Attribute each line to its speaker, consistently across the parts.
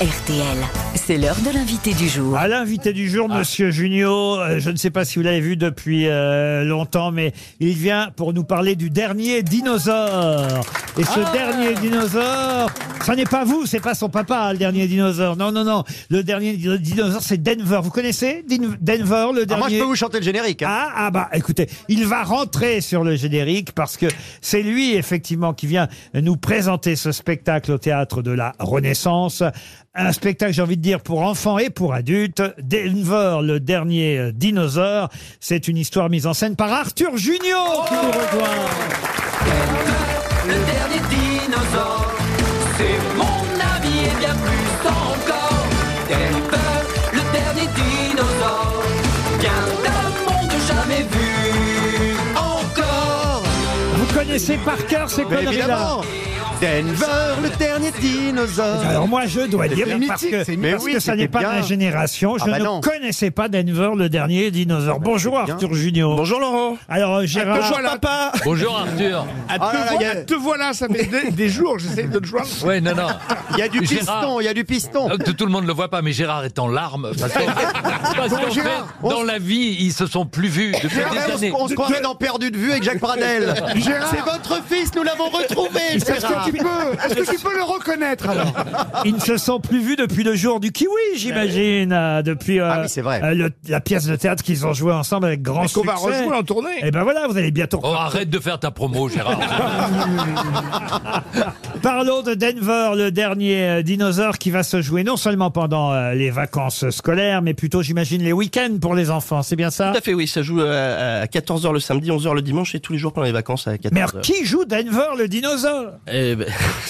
Speaker 1: RTL. C'est l'heure de l'invité du jour.
Speaker 2: À Ah, l'invité du
Speaker 3: Ah.
Speaker 2: jour, Monsieur Junio, euh, je ne sais pas si vous l'avez vu depuis euh, longtemps, mais il vient pour nous parler du dernier dinosaure. Et ce
Speaker 3: Ah.
Speaker 2: dernier dinosaure, ça n'est pas vous, c'est pas son papa, hein, le dernier dinosaure. Non, non, non. Le dernier di- dinosaure, c'est Denver. Vous connaissez Din- Denver, le dernier
Speaker 3: Ah, moi, je peux vous chanter le générique. hein.
Speaker 2: ah, ah bah écoutez, il va rentrer sur le générique parce que c'est lui effectivement qui vient nous présenter ce spectacle au théâtre de la Renaissance. Un spectacle, j'ai envie de dire, pour enfants et pour adultes. Denver, le dernier euh, dinosaure. C'est une histoire mise en scène par Arthur Junior qui nous rejoint.
Speaker 4: Le dernier dinosaure, c'est mon ami et bien plus encore. Denver, le dernier dinosaure, vient d'un monde jamais vu encore.
Speaker 2: Vous connaissez par cœur ces
Speaker 3: Mais
Speaker 2: conneries-là
Speaker 3: évidemment. Denver, le dernier dinosaure.
Speaker 2: alors moi je dois dire
Speaker 3: bien
Speaker 2: parce
Speaker 3: mythique,
Speaker 2: que,
Speaker 3: c'est mythique.
Speaker 2: parce
Speaker 3: Mais
Speaker 2: que
Speaker 3: oui,
Speaker 2: ça n'est
Speaker 3: c'était
Speaker 2: pas
Speaker 3: bien.
Speaker 2: ma génération, je
Speaker 3: Ah bah
Speaker 2: ne
Speaker 3: non. Ah bah,
Speaker 2: connaissais pas Denver le dernier dinosaure. Bonjour
Speaker 3: bien.
Speaker 2: Arthur Junior.
Speaker 5: Bonjour Laurent.
Speaker 2: Alors euh, Gérard,
Speaker 5: papa.
Speaker 6: Bonjour Arthur.
Speaker 5: À te,
Speaker 3: Ah là là,
Speaker 5: voilà,
Speaker 3: y a-
Speaker 5: te voilà, ça fait des, des jours, j'essaie de te joindre.
Speaker 6: Ouais, non, non.
Speaker 3: Il y a du
Speaker 6: Gérard.
Speaker 3: piston, il y a du piston.
Speaker 6: Euh, Tout tout le monde le voit pas, mais Gérard est en larmes. Parce qu'en parce qu'en fait,
Speaker 3: Gérard, on
Speaker 6: dans la vie, ils se sont plus vus depuis
Speaker 3: Gérard,
Speaker 6: des
Speaker 3: on se-
Speaker 6: années.
Speaker 3: on se croirait dans Perdu de vue avec Jacques Pradel. C'est votre fils, nous l'avons retrouvé,
Speaker 5: Est-ce que,
Speaker 3: Gérard.
Speaker 5: tu
Speaker 7: Ah.
Speaker 5: peux, est-ce que tu peux le reconnaître alors
Speaker 2: Ils ne se sont plus vus depuis le jour du kiwi, j'imagine, euh, depuis euh,
Speaker 3: Ah oui, c'est vrai.
Speaker 2: euh, le- la pièce de théâtre qu'ils ont jouée ensemble avec grand
Speaker 5: Est-ce qu'on va
Speaker 2: succès.
Speaker 5: rejouer en tournée
Speaker 2: Et ben voilà, vous allez bientôt.
Speaker 6: Oh, arrête de faire ta promo, Gérard.
Speaker 2: Parlons de Denver, le dernier euh, dinosaure qui va se jouer non seulement pendant euh, les vacances scolaires, mais plutôt, j'imagine, les week-ends pour les enfants. C'est bien ça
Speaker 7: Tout à fait, oui. Ça joue à, à 14h le samedi, 11h le dimanche et tous les jours pendant les vacances à
Speaker 2: Mais alors,
Speaker 7: 14h.
Speaker 2: qui joue Denver, le dinosaure
Speaker 7: Eh ben,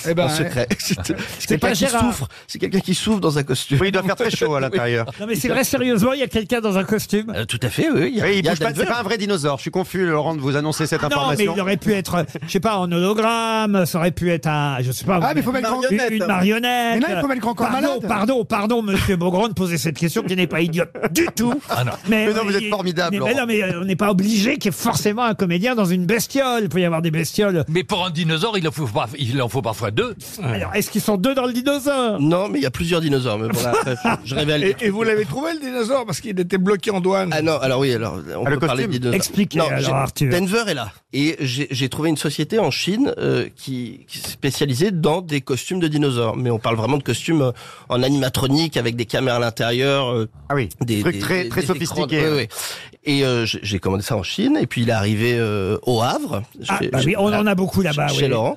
Speaker 5: Eh ben,
Speaker 7: en secret. C'est c'est
Speaker 2: pas
Speaker 7: quelqu'un qui
Speaker 2: Gérard.
Speaker 7: souffre. C'est quelqu'un qui souffre dans un costume.
Speaker 3: Oui, il doit faire très chaud à l'intérieur.
Speaker 2: Non mais c'est vrai, sérieusement, il y a quelqu'un dans un costume
Speaker 7: Euh, tout à fait, oui.
Speaker 3: Oui, il
Speaker 7: y a
Speaker 3: bouge pas, c'est
Speaker 7: Denver.
Speaker 3: pas un vrai dinosaure. Je suis confus, Laurent, de vous annoncer cette
Speaker 2: Ah non, mais
Speaker 3: information.
Speaker 2: il aurait pu être, euh, je sais pas, en hologramme, ça aurait pu être un, je sais pas.
Speaker 5: Ah, mais faut mettre grand-
Speaker 2: une, une marionnette.
Speaker 5: Mais là, il faut mettre encore
Speaker 2: pardon,
Speaker 5: malade.
Speaker 2: Pardon, pardon, monsieur Beaugrand, de poser cette question qui n'est pas idiote du tout.
Speaker 6: Ah non.
Speaker 3: Mais non, vous
Speaker 2: mais-
Speaker 3: êtes formidable,
Speaker 2: mais- Mais,
Speaker 3: Laurent.
Speaker 2: non, mais euh, on n'est pas obligé qu'il y ait forcément un comédien dans une bestiole. Il peut y avoir des bestioles.
Speaker 6: Mais pour un dinosaure, il en faut, pas- il en faut parfois deux.
Speaker 2: Alors, est-ce qu'ils sont deux dans le dinosaure
Speaker 7: Non, mais il y a plusieurs dinosaures. Mais bon, là, après, je, je révèle.
Speaker 5: et, et vous l'avez trouvé le dinosaure parce qu'il était bloqué en douane.
Speaker 7: Ah non, alors oui, alors on
Speaker 3: Ah, le
Speaker 7: peut parler
Speaker 3: costume.
Speaker 7: de dinosaures.
Speaker 2: Expliquez,
Speaker 7: Non,
Speaker 2: alors,
Speaker 7: j'ai-
Speaker 2: Arthur.
Speaker 7: Denver est là. Et j'ai j'ai trouvé une société en Chine euh, qui, qui est spécialisée dans des costumes de dinosaures. Mais on parle vraiment de costumes euh, en animatronique avec des caméras à l'intérieur, euh,
Speaker 3: Ah oui,
Speaker 7: des
Speaker 3: truc
Speaker 7: des-
Speaker 3: très,
Speaker 7: des-
Speaker 3: très hein.
Speaker 7: des
Speaker 3: sophistiqué.
Speaker 7: écrans de- oui, oui. Et euh, j'ai- j'ai commandé ça en Chine, et puis il est arrivé euh, au Havre.
Speaker 2: Ah,
Speaker 7: Chez-
Speaker 2: bah
Speaker 7: chez-
Speaker 2: oui, on en a beaucoup là-bas.
Speaker 7: chez
Speaker 2: bah oui.
Speaker 7: Laurent.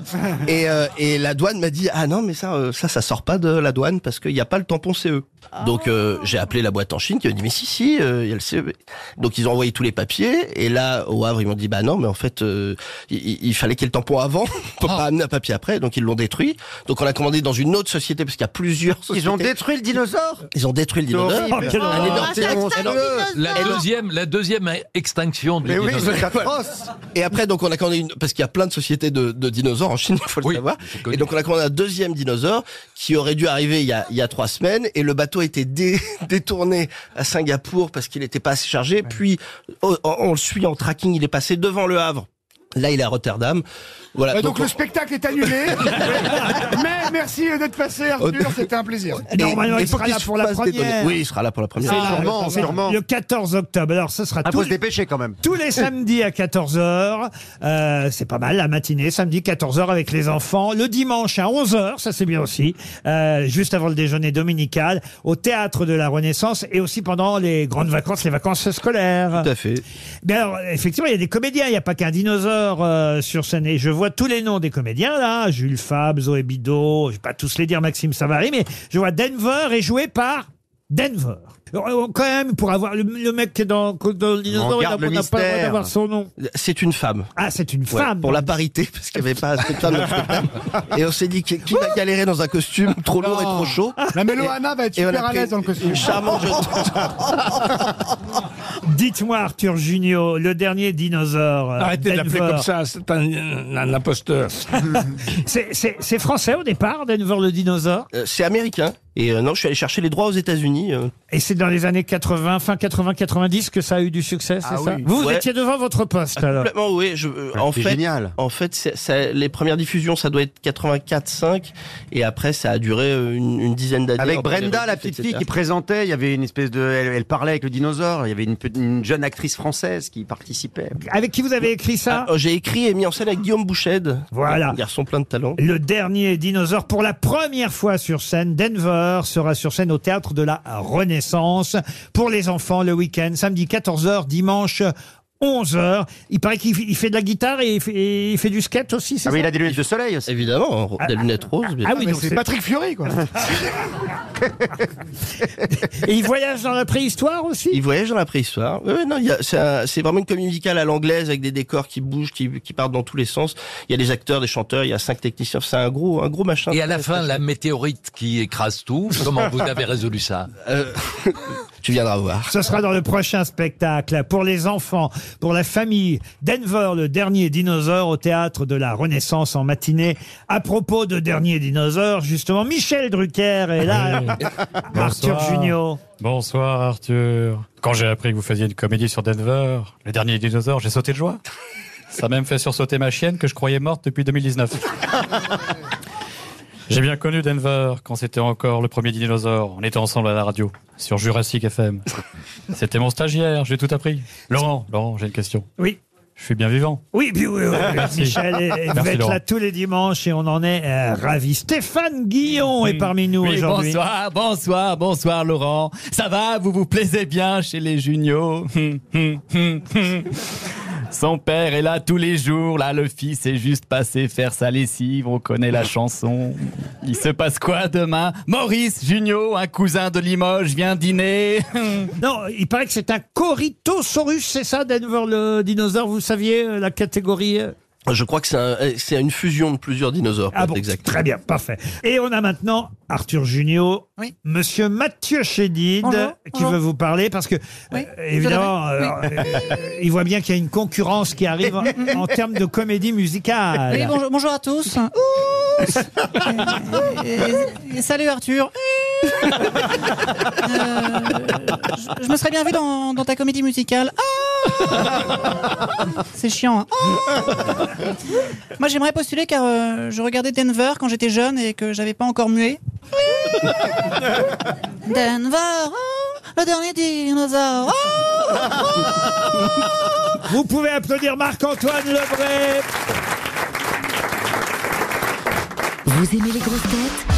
Speaker 7: Et, euh, et la douane m'a dit ah non mais ça euh, ça ça sort pas de la douane parce qu'il n'y a pas le tampon CE. Donc euh, j'ai appelé la boîte en Chine qui m'a dit mais si si euh, il y a le CE. Donc ils ont envoyé tous les papiers et là au Havre ils m'ont dit bah non mais en fait euh, il- il, il fallait qu'il y ait le tampon avant pour pas amener un papier après donc ils l'ont détruit. Donc on l'a commandé dans une autre société parce qu'il y a plusieurs sociétés.
Speaker 3: Ils ont détruit le dinosaure
Speaker 7: Ils ont détruit le dinosaure. Ah,
Speaker 2: Oh, quelle horreur.
Speaker 7: Un énorme
Speaker 3: c'est
Speaker 7: énorme-
Speaker 3: monstrueux.
Speaker 6: La deuxième, la deuxième extinction du
Speaker 3: Mais oui,
Speaker 6: dinosaure.
Speaker 3: c'est atroce.
Speaker 7: Et après, donc, on a commandé une, parce qu'il y a plein de sociétés de, de dinosaures en Chine, il faut le
Speaker 6: Oui,
Speaker 7: savoir.
Speaker 6: c'est connu.
Speaker 7: Et donc, on a commandé un deuxième dinosaure qui aurait dû arriver il y a, il y a trois semaines et le bateau a été dé- détourné à Singapour parce qu'il n'était pas assez chargé. Puis, oh, oh, on le suit en tracking, il est passé devant le Havre. Là, il est à Rotterdam. Voilà.
Speaker 5: Euh, donc,
Speaker 7: on-
Speaker 5: le spectacle est annulé. mais merci d'être passé, Arthur, c'était un plaisir.
Speaker 2: Et Normalement,
Speaker 7: Oh, et
Speaker 2: il
Speaker 7: faut
Speaker 2: sera
Speaker 7: qu'il
Speaker 2: là
Speaker 7: se
Speaker 2: pour la
Speaker 7: fasse détonner.
Speaker 2: première.
Speaker 7: Oui, il sera là pour la première.
Speaker 2: Ah,
Speaker 3: Sûrement,
Speaker 2: le- c'est
Speaker 3: sûrement.
Speaker 2: Le 14 octobre. Alors, ce sera
Speaker 3: Ah,
Speaker 2: tous
Speaker 3: faut se
Speaker 2: les-
Speaker 3: dépêcher quand même.
Speaker 2: tous les samedis à 14h. Euh, c'est pas mal, la matinée, samedi 14h avec les enfants. Le dimanche à 11h, ça c'est bien aussi, euh, juste avant le déjeuner dominical, au Théâtre de la Renaissance et aussi pendant les grandes vacances, les vacances scolaires.
Speaker 7: Tout à fait.
Speaker 2: Mais alors, effectivement, il y a des comédiens, il n'y a pas qu'un dinosaure euh, sur scène. Et je vois tous les noms des comédiens, là. Jules Fab, Zoé Bido, je vais pas tous les dire, Maxime Savary, mais je vois Denver est joué par Denver. Alors, Quand même, pour avoir le, le mec qui est dans, dans le dinosaure, il a-
Speaker 3: garde le
Speaker 2: on n'a pas le droit
Speaker 3: mystère.
Speaker 2: d'avoir son nom.
Speaker 7: C'est une femme.
Speaker 2: Ah, c'est une
Speaker 7: Ouais,
Speaker 2: femme.
Speaker 7: pour la parité, parce qu'il n'y avait pas assez de femmes dans le spectacle. Et on s'est dit, qui qui va galérer dans un costume trop lourd et trop chaud
Speaker 5: La Méloana va être
Speaker 7: Et on
Speaker 5: super
Speaker 7: a
Speaker 5: à
Speaker 7: pris
Speaker 5: l'aise dans le costume.
Speaker 7: une charmante
Speaker 2: Oh,
Speaker 7: jeune-
Speaker 2: Dites-moi, Arthur Junio, le dernier dinosaure. euh,
Speaker 5: Arrêtez de l'appeler
Speaker 2: Denver.
Speaker 5: comme ça, c'est un, un- un imposteur.
Speaker 2: C'est- C'est c'est français au départ, Denver le dinosaure
Speaker 7: Euh, C'est américain. Et euh, non, je suis allé chercher les droits aux États-Unis. euh.
Speaker 2: Et c'est dans les années 80, fin 80-90 que ça a eu du succès, c'est
Speaker 5: Ah
Speaker 2: ça
Speaker 5: oui.
Speaker 2: Vous, vous
Speaker 7: Ouais.
Speaker 2: étiez devant votre poste alors.
Speaker 7: Complètement, oui. Je, euh, en
Speaker 3: c'est
Speaker 7: fait,
Speaker 3: génial.
Speaker 7: En fait, c'est- ça- les premières diffusions, ça doit être 84-5, et après, ça a duré euh, une, une dizaine d'années.
Speaker 3: Avec
Speaker 7: entre les
Speaker 3: Brenda, la
Speaker 7: reprises,
Speaker 3: petite fille
Speaker 7: etc.
Speaker 3: qui présentait, il y avait une espèce de. Elle, elle parlait avec le dinosaure, il y avait une, pe- une jeune actrice française qui participait.
Speaker 2: Avec qui vous avez écrit ça
Speaker 7: Ah, euh, J'ai écrit et mis en scène avec Guillaume Bouchède.
Speaker 2: Voilà.
Speaker 7: Un garçon plein de talent.
Speaker 2: Le dernier dinosaure pour la première fois sur scène, Denver sera sur scène au théâtre de la Renaissance pour les enfants le week-end, samedi 14h, dimanche 11h. Il paraît qu'il f- il fait de la guitare et il fait, et il fait du skate aussi, c'est
Speaker 3: Ah oui, il
Speaker 2: ça
Speaker 3: a des lunettes de soleil aussi.
Speaker 7: Évidemment, ro- des lunettes roses. bien
Speaker 2: Ah
Speaker 7: sûr.
Speaker 2: oui,
Speaker 5: Mais
Speaker 2: donc
Speaker 5: c'est
Speaker 2: c'est-
Speaker 5: Patrick Fiori, quoi.
Speaker 2: et il voyage dans la préhistoire aussi
Speaker 7: Il voyage dans la préhistoire. Ouais, ouais, non, il y a- c'est un- c'est vraiment une comédie musicale à l'anglaise avec des décors qui bougent, qui, qui partent dans tous les sens. Il y a des acteurs, des chanteurs, il y a cinq techniciens. C'est un gros, un gros machin.
Speaker 6: Et à la fin, la météorite qui écrase tout, comment vous avez résolu ça
Speaker 7: Euh, tu viendras voir.
Speaker 2: Ce sera dans le prochain spectacle pour les enfants, pour la famille. Denver, le dernier dinosaure au théâtre de la Renaissance en matinée. À propos de dernier dinosaure, justement, Michel Drucker est là. Arthur
Speaker 8: Bonsoir.
Speaker 2: Junior.
Speaker 8: Bonsoir Arthur. Quand j'ai appris que vous faisiez une comédie sur Denver, le dernier dinosaure, j'ai sauté de joie. Ça a même fait sursauter ma chienne que je croyais morte depuis 2019. J'ai bien connu Denver quand c'était encore le premier dinosaure. On était ensemble à la radio sur Jurassic FM. C'était mon stagiaire, j'ai tout appris. Laurent, Laurent, j'ai une question.
Speaker 2: Oui.
Speaker 8: Je suis bien vivant.
Speaker 2: Oui, puis oui, oui, oui, Michel, et- et vous
Speaker 8: Merci,
Speaker 2: êtes
Speaker 8: Laurent.
Speaker 2: là tous les dimanches et on en est euh, ravis. Stéphane Guillon est parmi nous
Speaker 9: Oui,
Speaker 2: aujourd'hui.
Speaker 9: bonsoir, bonsoir, bonsoir Laurent. Ça va, vous vous plaisez bien chez les juniors Hum, hum, hum, hum. Son père est là tous les jours, là le fils est juste passé faire sa lessive, on connaît la chanson. Il se passe quoi demain Maurice Junio, un cousin de Limoges, vient dîner.
Speaker 2: Non, il paraît que c'est un Corythosaurus, c'est ça, Denver le dinosaure Vous saviez euh, la catégorie euh
Speaker 7: Je crois que c'est un- euh, c'est une fusion de plusieurs dinosaures. pour
Speaker 2: Ah
Speaker 7: être
Speaker 2: bon,
Speaker 7: exact.
Speaker 2: très bien, parfait. Et on a maintenant Arthur Junio,
Speaker 10: Oui.
Speaker 2: Monsieur Mathieu Chédid,
Speaker 10: Bonjour,
Speaker 2: qui
Speaker 10: bonjour.
Speaker 2: veut vous parler parce que,
Speaker 10: Oui,
Speaker 2: euh, évidemment,
Speaker 10: je
Speaker 2: euh, euh, il voit bien qu'il y a une concurrence qui arrive en, en termes de comédie musicale.
Speaker 10: Oui, bonjour, bonjour à tous. Et- et- et salut Arthur. Euh, je- je me serais bien vu dans, dans ta comédie musicale. Ah C'est chiant. hein. Ah Moi j'aimerais postuler car euh, je regardais Denver quand j'étais jeune et que j'avais pas encore mué. Denver, ah, le dernier dinosaure. ah.
Speaker 2: Vous pouvez applaudir Marc-Antoine Lebray.
Speaker 1: Vous aimez les grosses têtes